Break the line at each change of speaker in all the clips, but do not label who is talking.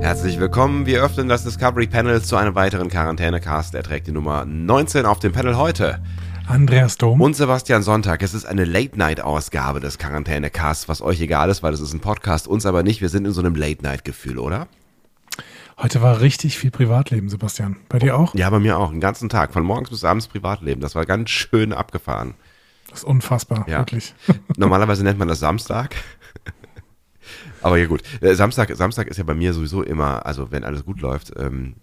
Herzlich willkommen. Wir öffnen das Discovery Panel zu einem weiteren Quarantäne-Cast. Er trägt die Nummer 19 auf dem Panel heute.
Andreas Dom.
Und Sebastian Sonntag. Es ist eine Late-Night-Ausgabe des Quarantäne-Casts, was euch egal ist, weil das ist ein Podcast, uns aber nicht. Wir sind in so einem Late-Night-Gefühl, oder?
Heute war richtig viel Privatleben, Sebastian. Bei dir auch?
Ja, bei mir auch. Den ganzen Tag, von morgens bis abends Privatleben. Das war ganz schön abgefahren.
Das ist unfassbar,
Ja.
wirklich.
Normalerweise nennt man das Samstag. Aber ja gut, Äh, Samstag, Samstag ist ja bei mir sowieso immer, also wenn alles gut läuft, ähm,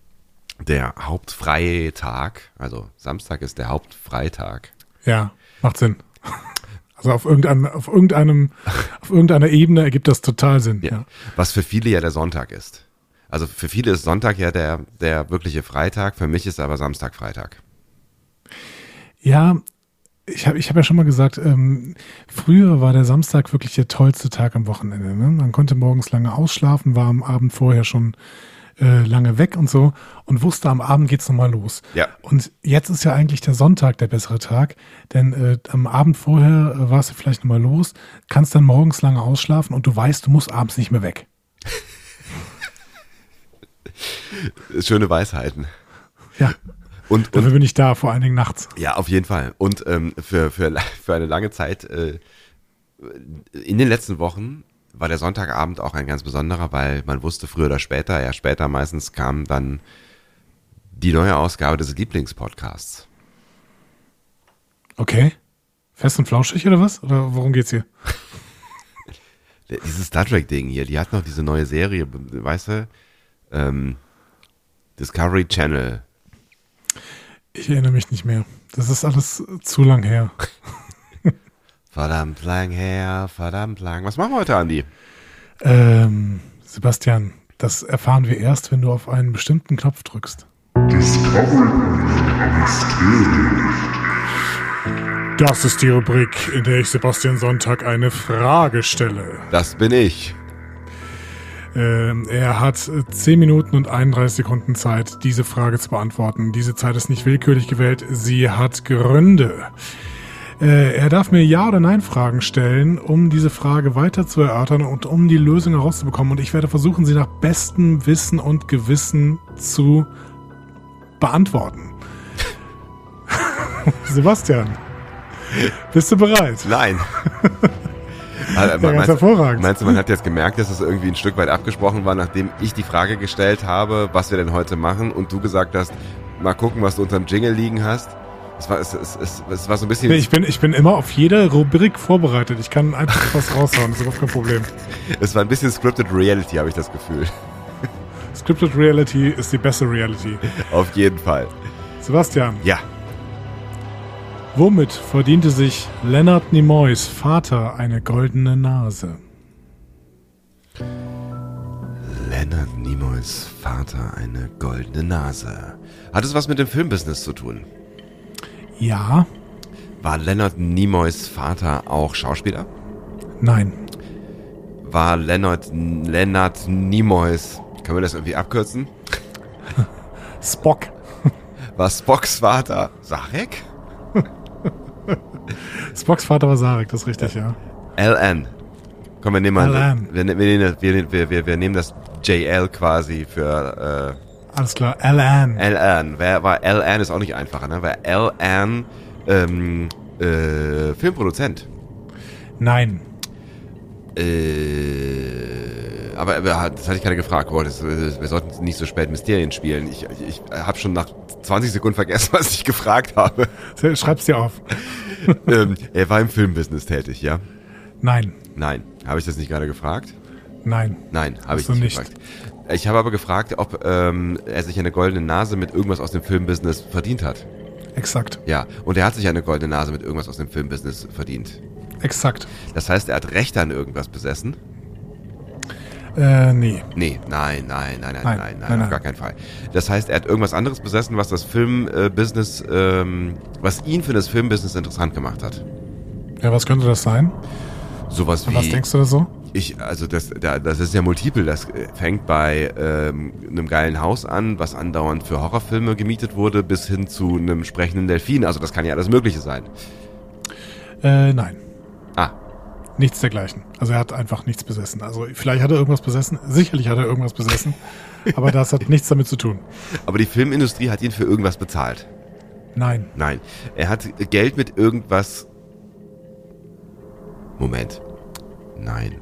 der hauptfreie Tag. Also Samstag ist der Hauptfreitag.
Ja, macht Sinn. Also auf, irgendein, auf, irgendeinem, auf irgendeiner Ebene ergibt das total Sinn.
Ja.
Ja.
Was für viele ja der Sonntag ist. Also für viele ist Sonntag ja der, der wirkliche Freitag, für mich ist aber Samstag Freitag.
Ja, ich habe ich hab ja schon mal gesagt, ähm, früher war der Samstag wirklich der tollste Tag am Wochenende. Ne? Man konnte morgens lange ausschlafen, war am Abend vorher schon äh, lange weg und so und wusste, am Abend geht's nochmal los.
Ja.
Und jetzt ist ja eigentlich der Sonntag der bessere Tag, denn äh, am Abend vorher äh, warst du vielleicht nochmal los, kannst dann morgens lange ausschlafen und du weißt, du musst abends nicht mehr weg.
Schöne Weisheiten.
Ja,
Und, und
dafür bin ich da, vor allen Dingen nachts.
ja, auf jeden Fall. Und ähm, für, für, für eine lange Zeit, äh, in den letzten Wochen war der Sonntagabend auch ein ganz besonderer, weil man wusste früher oder später, ja später meistens kam dann die neue Ausgabe des Lieblingspodcasts.
Okay. Fest und flauschig oder was? Oder worum geht's hier?
Dieses Star Trek-Ding hier, die hat noch diese neue Serie, weißt du? Ähm, Discovery Channel.
Ich erinnere mich nicht mehr. Das ist alles zu lang her.
Verdammt lang her, verdammt lang. Was machen wir heute, Andi?
Ähm, Sebastian, das erfahren wir erst, wenn du auf einen bestimmten Knopf drückst. Das ist die Rubrik, in der ich Sebastian Sonntag eine Frage stelle.
Das bin ich.
Ähm, er hat äh, 10 Minuten und 31 Sekunden Zeit, diese Frage zu beantworten. Diese Zeit ist nicht willkürlich gewählt, sie hat Gründe. Äh, er darf mir Ja- oder Nein-Fragen stellen, um diese Frage weiter zu erörtern und um die Lösung herauszubekommen. Und ich werde versuchen, sie nach bestem Wissen und Gewissen zu beantworten. Sebastian, bist du bereit?
Nein. Also,
Ja, ganz hervorragend.
meinst du, man hat jetzt gemerkt, dass es irgendwie ein Stück weit abgesprochen war, nachdem ich die Frage gestellt habe, was wir denn heute machen und du gesagt hast, mal gucken, was du unterm Jingle liegen hast? Es war, es, es, es, es war so ein bisschen,
Nee, ich bin, ich bin immer auf jede Rubrik vorbereitet. Ich kann einfach was raushauen, ist überhaupt kein Problem.
es war ein bisschen scripted reality, habe ich das Gefühl.
Scripted Reality ist die beste Reality.
Auf jeden Fall.
Sebastian,
Ja.
womit verdiente sich Leonard Nimoys Vater eine goldene Nase?
Leonard Nimoys Vater eine goldene Nase. Hat es was mit dem Filmbusiness zu tun?
Ja,
War Leonard Nimoys Vater auch Schauspieler?
nein.
War Leonard, Leonard Nimoys, können wir das irgendwie abkürzen?
Spock.
War Spocks Vater Sarek?
Spocks Vater war Sarek, das ist richtig, ja.
LN. Komm, wir nehmen mal,
LN.
wir, ne- wir, nehmen das- wir, wir, wir, wir nehmen das JL quasi für
Alles klar, LN.
äh, LN. Wer war LN ist auch nicht einfacher, ne? War LN ähm, äh, Filmproduzent?
Nein.
Äh, aber aber das hatte ich gerade gefragt. Boah, das, wir sollten nicht so spät Mysterien spielen. Ich, ich, ich habe schon nach 20 Sekunden vergessen, was ich gefragt habe.
Schreib's dir auf.
ähm, er war im Filmbusiness tätig, ja?
Nein,
Nein. Habe ich das nicht gerade gefragt?
nein.
Nein, habe ich
Hast du
nicht,
nicht.
gefragt. Ich habe aber gefragt, ob ähm, er sich eine goldene Nase mit irgendwas aus dem Filmbusiness verdient hat.
Exakt,
Ja, und er hat sich eine goldene Nase mit irgendwas aus dem Filmbusiness verdient.
exakt.
Das heißt, er hat Rechte an irgendwas besessen.
Äh, nee.
Nee, nein, nein, nein, nein, nein,
Nein,
nein,
nein, nein.
auf gar keinen Fall. Das heißt, er hat irgendwas anderes besessen, was das Filmbusiness, ähm, was ihn für das Filmbusiness interessant gemacht hat.
Ja, was könnte das sein?
Sowas
An
wie.
was denkst du da so?
Ich, also das, da- das ist ja multiple. Das äh, fängt bei ähm, einem geilen Haus an, was andauernd für Horrorfilme gemietet wurde, bis hin zu einem sprechenden Delfin. Also das kann ja alles Mögliche sein.
Äh, nein.
Ah,
Nichts dergleichen. Also er hat einfach nichts besessen. Also vielleicht hat er irgendwas besessen. Sicherlich hat er irgendwas besessen. aber das hat nichts damit zu tun.
aber die Filmindustrie hat ihn für irgendwas bezahlt.
Nein.
Nein, er hat Geld mit irgendwas. Moment. Nein.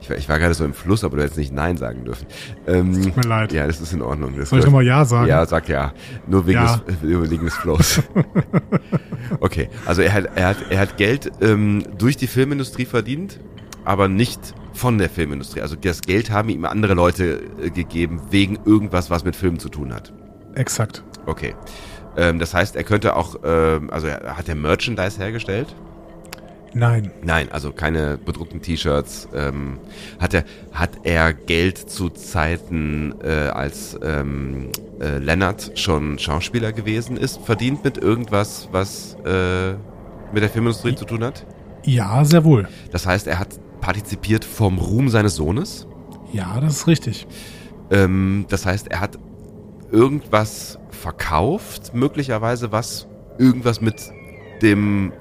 ich, war, ich war gerade so im Fluss, aber du hättest nicht Nein sagen dürfen. Ähm,
Tut mir leid.
Ja, das ist in Ordnung. Das
Soll ich
gehört-
nochmal Ja sagen?
Ja, sag ja. Nur wegen,
Ja.
Des, nur wegen des Flows. okay, also er hat, er hat, er hat Geld ähm, durch die Filmindustrie verdient, aber nicht von der Filmindustrie. Also das Geld haben ihm andere Leute äh, gegeben wegen irgendwas, was mit Filmen zu tun hat.
Exakt.
Okay. Ähm, das heißt, er könnte auch, ähm, also er, hat er Merchandise hergestellt?
Nein.
Nein, also keine bedruckten T-Shirts. Ähm, hat, er, hat er Geld zu Zeiten, äh, als ähm, äh, Lennart schon Schauspieler gewesen ist, verdient mit irgendwas, was äh, mit der Filmindustrie zu tun hat?
Ja, sehr wohl.
Das heißt, er hat partizipiert vom Ruhm seines Sohnes?
Ja, das ist richtig.
Ähm, das heißt, er hat irgendwas verkauft, möglicherweise was irgendwas mit dem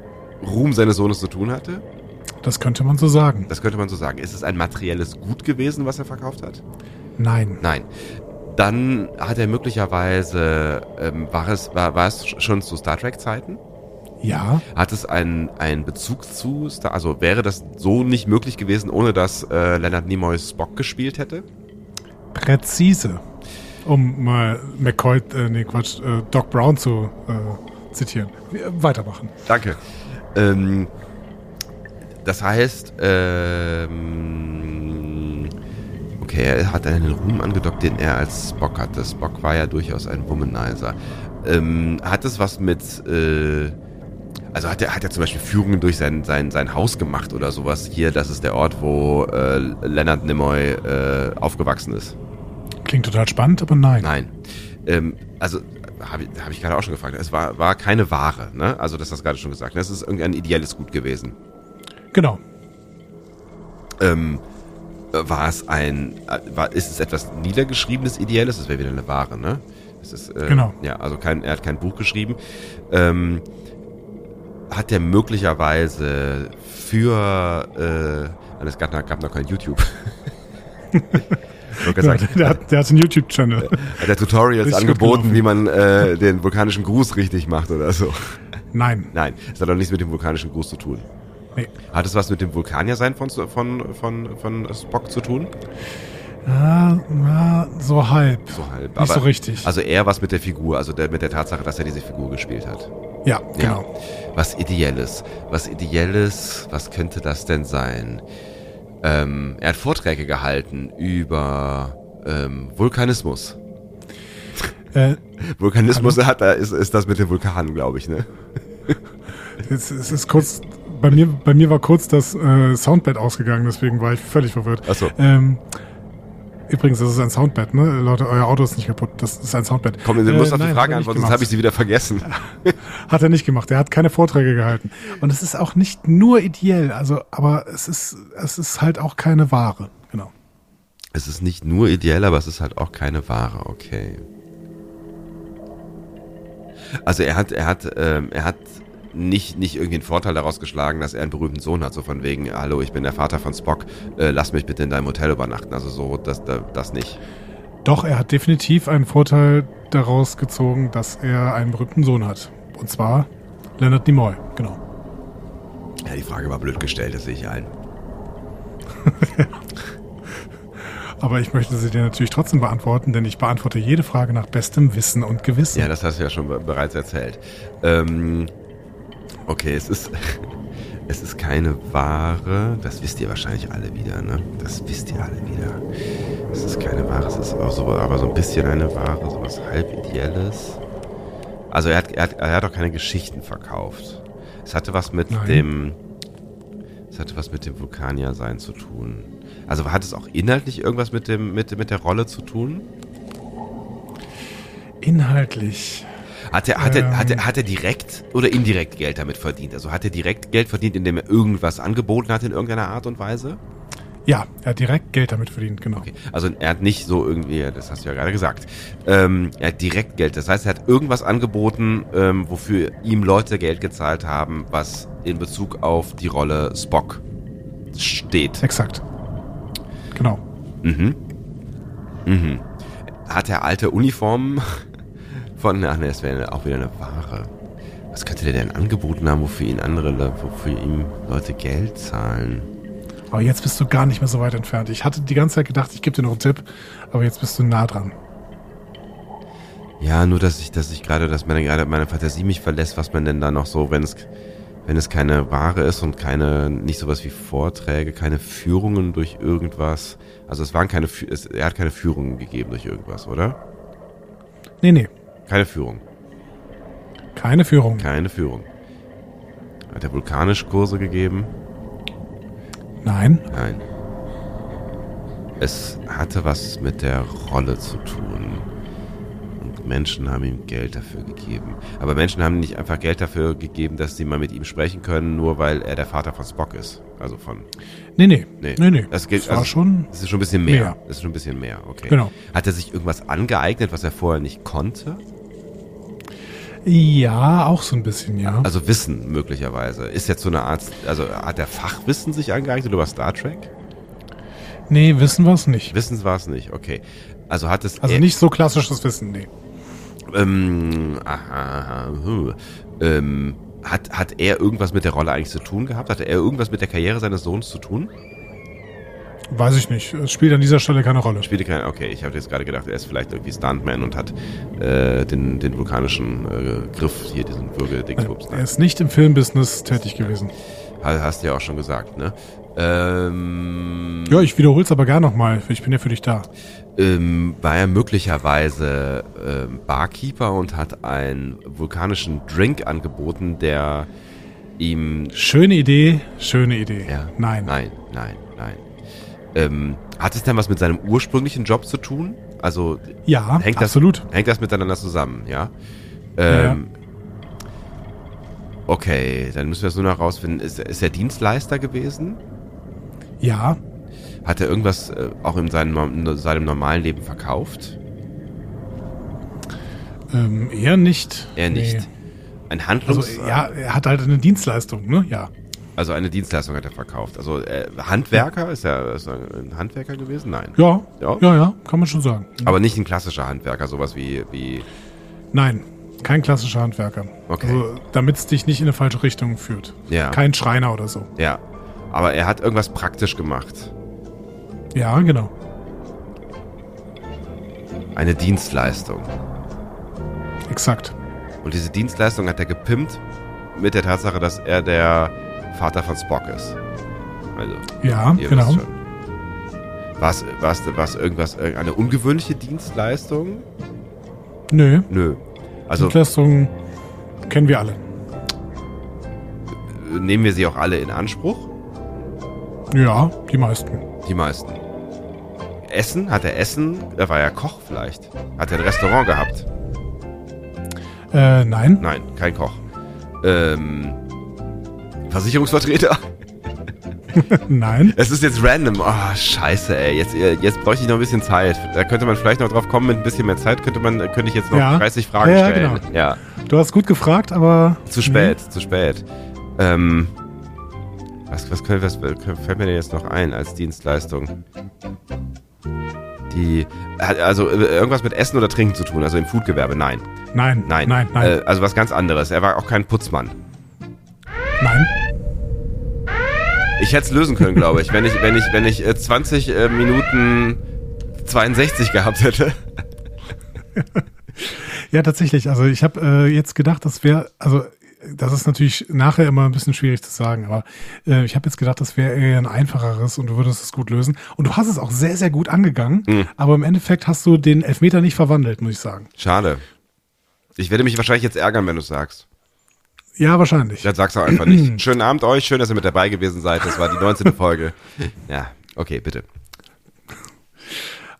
Ruhm seines Sohnes zu tun hatte.
Das könnte man so sagen.
Das könnte man so sagen. Ist es ein materielles Gut gewesen, was er verkauft hat?
Nein.
Nein. Dann hat er möglicherweise, ähm, war, es, war, war es schon zu Star Trek-Zeiten?
Ja.
Hat es einen, einen Bezug zu Star, also wäre das so nicht möglich gewesen, ohne dass äh, Leonard Nimoy Spock gespielt hätte?
Präzise. Um mal McCoy, äh, nee, Quatsch, äh, Doc Brown zu äh, zitieren. Wir- Weitermachen.
Danke. Ähm, das heißt, ähm, okay, er hat einen Ruhm angedockt, den er als Spock hatte. Spock war ja durchaus ein Womanizer. Ähm, hat es was mit, äh, also hat er, hat er zum Beispiel Führungen durch sein, sein, sein Haus gemacht oder sowas? Hier, das ist der Ort, wo äh, Leonard Nimoy äh, aufgewachsen ist.
Klingt total spannend, aber nein.
Nein. Ähm, also, habe ich, hab ich gerade auch schon gefragt. Es war, war keine Ware, ne? Also, das hast du gerade schon gesagt. Das ist irgendein ideelles Gut gewesen.
Genau.
Ähm, äh, war es ein, äh, war, ist es etwas niedergeschriebenes Ideelles? Das wäre wieder eine Ware, ne? Es ist, äh,
Genau.
Ja, also kein, er hat kein Buch geschrieben. Ähm, hat er möglicherweise für, äh, es gab, noch- gab noch kein YouTube. Ich wollte gerade
Ja, der,
sagen,
der, hat, der hat einen YouTube-Channel.
hat er Tutorials
Ist gut
angeboten,
gelaufen.
wie man äh, den vulkanischen Gruß richtig macht oder so.
Nein.
Nein, es hat doch nichts mit dem vulkanischen Gruß zu tun.
Nee.
Hat es was mit dem Vulkaniersein von, von, von, von Spock zu tun?
Ah, na, so halb.
So halb.
Nicht so richtig.
Also eher was mit der Figur, also der, mit der Tatsache, dass er diese Figur gespielt hat.
ja,
Ja.
genau.
Was Ideelles. Was Ideelles, was könnte das denn sein? Ähm, er hat Vorträge gehalten über ähm, Vulkanismus.
Äh,
Vulkanismus hat er, ist, ist das mit dem Vulkan, glaube ich, ne?
es, es ist kurz. Bei mir, bei mir war kurz das äh, Soundbett ausgegangen, deswegen war ich völlig verwirrt.
Ach so.
Ähm, übrigens, das ist ein Soundbett, ne? Leute, euer Auto ist nicht kaputt. Das ist ein Soundbett.
Komm, du musst auf die
Äh, nein, hat
Frage
er nicht
antworten, sonst
gemacht.
habe ich sie wieder vergessen.
Hat er nicht gemacht. Er hat keine Vorträge gehalten. Und es ist auch nicht nur ideell, also, aber es ist, es ist halt auch keine Ware. Genau.
Es ist nicht nur ideell, aber es ist halt auch keine Ware, okay. Also er hat, er hat, ähm, er hat nicht, nicht irgendwie einen Vorteil daraus geschlagen, dass er einen berühmten Sohn hat, so von wegen, hallo, ich bin der Vater von Spock, äh, lass mich bitte in deinem Hotel übernachten. Also so, das, das, das nicht.
Doch, er hat definitiv einen Vorteil daraus gezogen, dass er einen berühmten Sohn hat. Und zwar Leonard Nimoy. Genau.
Ja, die Frage war blöd gestellt, das sehe ich ein.
Aber ich möchte sie dir natürlich trotzdem beantworten, denn ich beantworte jede Frage nach bestem Wissen und Gewissen.
Ja, das hast du ja schon be- bereits erzählt. Ähm, okay, es ist, es ist keine Ware. Das wisst ihr wahrscheinlich alle wieder, ne? Das wisst ihr alle wieder. Es ist keine Ware, es ist auch so, aber so ein bisschen eine Ware, sowas halb ideelles. Also er hat, er hat, er hat auch keine Geschichten verkauft. Es hatte was mit
Nein.
dem, es hatte was mit dem Vulkanier-Sein zu tun. Also hat es auch inhaltlich irgendwas mit, dem, mit, mit der Rolle zu tun?
Inhaltlich.
Hat er, hat,
Ähm.
er, hat, er, hat er direkt oder indirekt Geld damit verdient? Also hat er direkt Geld verdient, indem er irgendwas angeboten hat in irgendeiner Art und Weise?
Ja, er hat direkt Geld damit verdient, genau.
Okay. Also er hat nicht so irgendwie, das hast du ja gerade gesagt, ähm, er hat direkt Geld. Das heißt, er hat irgendwas angeboten, ähm, wofür ihm Leute Geld gezahlt haben, was in Bezug auf die Rolle Spock steht.
Exakt. Genau.
Hat er alte Uniformen von, ach ne, das wäre auch wieder eine Ware. Was könnte der denn angeboten haben, wofür ihn andere, Le- wofür ihm Leute Geld zahlen?
Aber jetzt bist du gar nicht mehr so weit entfernt. Ich hatte die ganze Zeit gedacht, ich gebe dir noch einen Tipp, aber jetzt bist du nah dran.
Ja, nur dass ich, dass ich gerade, dass meine gerade meine Fantasie mich verlässt, was man denn da noch so, wenn es, wenn es keine Ware ist und keine, nicht sowas wie Vorträge, keine Führungen durch irgendwas. Also es waren keine, Fü- es, er hat keine Führungen gegeben durch irgendwas, oder?
Nee, nee,
Keine Führung,
keine Führung.
keine Führung. Hat er vulkanisch Kurse gegeben?
Nein,
Nein. Es hatte was mit der Rolle zu tun. Und Menschen haben ihm Geld dafür gegeben. Aber Menschen haben nicht einfach Geld dafür gegeben, dass sie mal mit ihm sprechen können, nur weil er der Vater von Spock ist. Also von.
nee, nee,
Nee.
nee, nee.
Das, gilt,
war
also,
schon...
Das ist schon ein bisschen mehr.
mehr.
Das ist schon ein bisschen mehr, okay.
Genau.
Hat er sich irgendwas angeeignet, was er vorher nicht konnte?
Ja, auch so ein bisschen, ja.
Also Wissen möglicherweise. Ist jetzt so eine Art. Also hat er Fachwissen sich angeeignet über Star Trek?
nee, wissen wir es nicht.
Wissen war es nicht, okay. Also hat es.
Also
er-
nicht so klassisches Wissen, nee.
Ähm, aha, aha, hm. ähm, hat, hat er irgendwas mit der Rolle eigentlich zu tun gehabt? Hatte er irgendwas mit der Karriere seines Sohns zu tun?
Weiß ich nicht. Es spielt an dieser Stelle keine Rolle.
Spielte keine. Okay, ich habe jetzt gerade gedacht, er ist vielleicht irgendwie Stuntman und hat äh, den, den vulkanischen äh, Griff hier, diesen Würgedingsbums. ne?
Er ist nicht im Filmbusiness tätig gewesen.
Ha- Hast du ja auch schon gesagt, ne? Ähm,
Ja, ich wiederhole es aber gar nochmal. Ich bin ja für dich da.
ähm, war er möglicherweise ähm, Barkeeper und hat einen vulkanischen Drink angeboten, der ihm
Schöne Idee, schöne Idee.
Ja.
Nein.
Nein, nein, nein. Ähm, hat es denn was mit seinem ursprünglichen Job zu tun? Also
Ja,
hängt das,
absolut.
hängt das miteinander zusammen, ja? Ähm, Okay, dann müssen wir es nur noch rausfinden. Ist, ist er Dienstleister gewesen?
Ja,
Hat er irgendwas äh, auch in seinem, in seinem normalen Leben verkauft?
ähm, eher nicht.
Er nicht. äh,
Nee.
Ein
Also,
Handlungs...
ja, er hat halt eine Dienstleistung, ne? Ja.
also eine Dienstleistung hat er verkauft. Also äh, Handwerker? Ist er, ist er ein Handwerker gewesen? Nein.
Ja,
Ja.
ja, ja, kann man schon sagen.
Aber nicht ein klassischer Handwerker, sowas wie... wie
Nein, kein klassischer Handwerker.
Okay.
Also, damit es dich nicht in eine falsche Richtung führt.
Ja.
Kein Schreiner oder so.
Ja, aber er hat irgendwas praktisch gemacht.
Ja, genau.
Eine Dienstleistung.
Exakt.
Und diese Dienstleistung hat er gepimpt mit der Tatsache, dass er der Vater von Spock ist. Also,
Ja,
ihr
genau.
wisst schon. Was, was, was, irgendwas, eine ungewöhnliche Dienstleistung?
Nö.
Nö. Also
Dienstleistungen kennen wir alle.
äh, nehmen wir sie auch alle in Anspruch?
Ja, die meisten.
Die meisten. Essen? Hat er Essen? Er war ja Koch vielleicht. Hat er ein Restaurant gehabt?
Äh, nein.
Nein, kein Koch. Ähm, Versicherungsvertreter?
Nein.
Es ist jetzt random. Oh, scheiße, ey. Jetzt, äh, jetzt bräuchte ich noch ein bisschen Zeit. Da könnte man vielleicht noch drauf kommen, mit ein bisschen mehr Zeit könnte man, könnte ich jetzt noch
Ja.
30 Fragen
Ja, ja,
stellen.
genau. Mhm.
Ja,
Du hast gut gefragt, aber.
zu spät, zu spät. Ähm, was, was, könnte, was fällt mir denn jetzt noch ein als Dienstleistung? Die, also äh, irgendwas mit Essen oder Trinken zu tun, also im Foodgewerbe, nein.
Nein.
Nein,
Nein. Nein.
Äh, also was ganz anderes. Er war auch kein Putzmann.
nein.
Ich hätte es lösen können, glaube ich, wenn ich, wenn ich, wenn ich äh, 20 äh, Minuten 62 gehabt hätte.
Ja, tatsächlich. Also ich habe äh, jetzt gedacht, das wäre, also das ist natürlich nachher immer ein bisschen schwierig zu sagen, aber äh, ich habe jetzt gedacht, das wäre eher ein einfacheres und du würdest es gut lösen. Und du hast es auch sehr, sehr gut angegangen,
Hm.
aber im Endeffekt hast du den Elfmeter nicht verwandelt, muss ich sagen.
Schade. Ich werde mich wahrscheinlich jetzt ärgern, wenn du es sagst.
Ja, wahrscheinlich.
Dann sag's doch einfach nicht. Schönen Abend euch, schön, dass ihr mit dabei gewesen seid. Das war die 19. Folge. Ja, okay, bitte.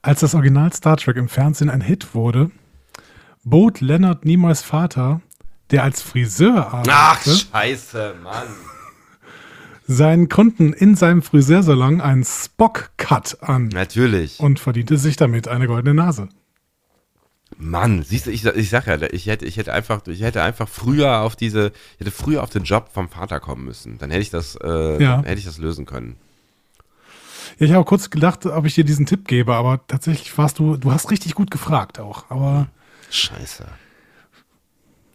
Als das Original Star Trek im Fernsehen ein Hit wurde, bot Leonard Nimoys Vater, der als Friseur arbeitete,
Ach, scheiße, Mann.
seinen Kunden in seinem Friseursalon einen Spock-Cut an
Natürlich.
und verdiente sich damit eine goldene Nase.
Mann, siehst du, ich, ich sag ja, ich hätte, ich hätte einfach, ich hätte einfach früher auf diese, ich hätte früher auf den Job vom Vater kommen müssen. Dann hätte ich das, äh,
Ja.
dann hätte ich das lösen können.
Ja, ich habe kurz gedacht, ob ich dir diesen Tipp gebe, aber tatsächlich warst du, du hast richtig gut gefragt auch. Aber
Scheiße.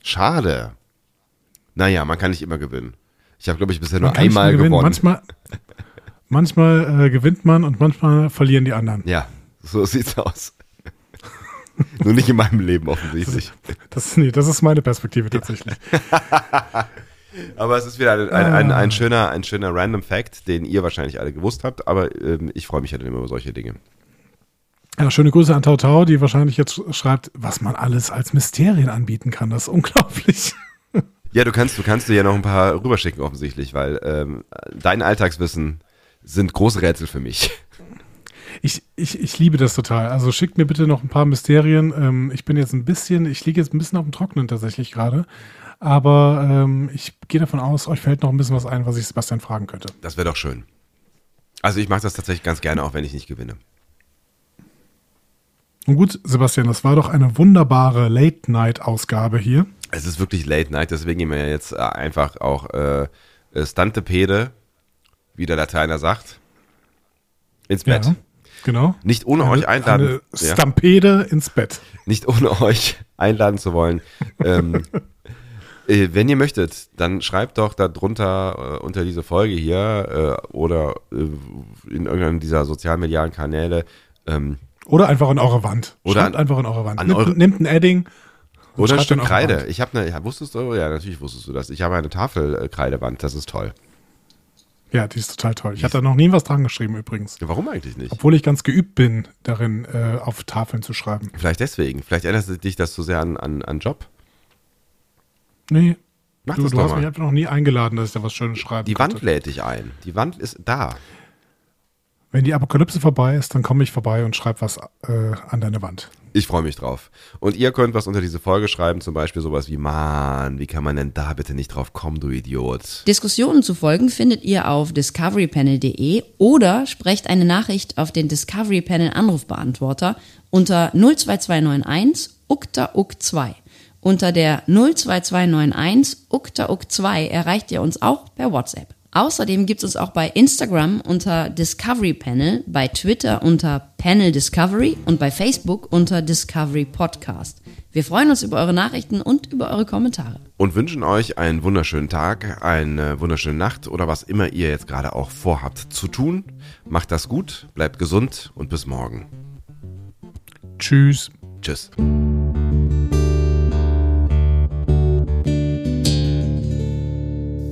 Schade. Naja, man kann nicht immer gewinnen. Ich habe, glaube ich, bisher
man
nur
kann nicht
einmal
gewinnen.
gewonnen.
Manchmal, manchmal äh, gewinnt man und manchmal verlieren die anderen.
Ja, so sieht's aus. nur nicht in meinem Leben offensichtlich.
Das, nee, das ist meine Perspektive tatsächlich.
Aber es ist wieder ein, ein, ein, ein schöner, ein schöner Random Fact, den ihr wahrscheinlich alle gewusst habt, aber ähm, ich freue mich ja dann immer über solche Dinge.
Ja, schöne Grüße an Tau Tau, die wahrscheinlich jetzt sch- schreibt, was man alles als Mysterien anbieten kann. Das ist unglaublich.
Ja, du kannst, du kannst dir ja noch ein paar rüberschicken offensichtlich, weil ähm, dein Alltagswissen sind große Rätsel für mich.
Ich, ich, ich liebe das total. Also schickt mir bitte noch ein paar Mysterien. Ähm, ich bin jetzt ein bisschen, ich liege jetzt ein bisschen auf dem Trocknen tatsächlich gerade. Aber ähm, ich gehe davon aus, euch fällt noch ein bisschen was ein, was ich Sebastian fragen könnte.
Das wäre doch schön. Also ich mache das tatsächlich ganz gerne, auch wenn ich nicht gewinne.
Nun gut, Sebastian, das war doch eine wunderbare Late-Night-Ausgabe hier.
Es ist wirklich Late Night, deswegen gehen wir ja jetzt äh, einfach auch äh, äh, Stantepede, wie der Lateiner sagt, ins Bett.
Ja, genau.
Nicht ohne euch einladen.
Eine Stampede ins Bett.
nicht ohne euch einladen zu wollen. ähm, äh, wenn ihr möchtet, dann schreibt doch darunter äh, unter diese Folge hier äh, oder äh, in irgendeinem dieser sozialmedialen Kanäle ähm,
Oder einfach an eure Wand.
Oder
Schreibt
an-
einfach an eure Wand.
an
nehmt,
eure-
nehmt ein Edding. und
oder ein
schreibt
Stück
an eure Wand.
Kreide. Ich habe eine, ja, wusstest du? Ja, natürlich wusstest du das. Ich habe eine Tafel äh, Kreidewand, das ist toll.
Ja, die ist total toll. Ich hatte da noch nie was dran geschrieben übrigens.
Ja, Warum eigentlich nicht?
Obwohl ich ganz geübt bin, darin äh, auf Tafeln zu schreiben.
Vielleicht deswegen. Vielleicht erinnerst dich das zu sehr an, an, an Job.
Nee.
Mach
du
das
du
doch
hast
mal.
mich einfach noch nie eingeladen, dass ich da was Schönes schreibe.
Die Wand lädt dich ein. Die Wand ist da.
Wenn die Apokalypse vorbei ist, dann komme ich vorbei und schreibe was äh, an deine Wand.
Ich freue mich drauf. Und ihr könnt was unter diese Folge schreiben, zum Beispiel sowas wie, Mann, wie kann man denn da bitte nicht drauf kommen, du Idiot.
Diskussionen zu folgen findet ihr auf discoverypanel.de oder sprecht eine Nachricht auf den Discovery Panel Anrufbeantworter unter 02291 ukta ukt 2. Unter der 02291 ukta ukt 2 erreicht ihr uns auch per WhatsApp. Außerdem gibt es uns auch bei Instagram unter Discovery Panel, bei Twitter unter Panel Discovery und bei Facebook unter Discovery Podcast. Wir freuen uns über eure Nachrichten und über eure Kommentare.
Und wünschen euch einen wunderschönen Tag, eine wunderschöne Nacht oder was immer ihr jetzt gerade auch vorhabt zu tun. Macht das gut, bleibt gesund und bis morgen.
Tschüss.
Tschüss.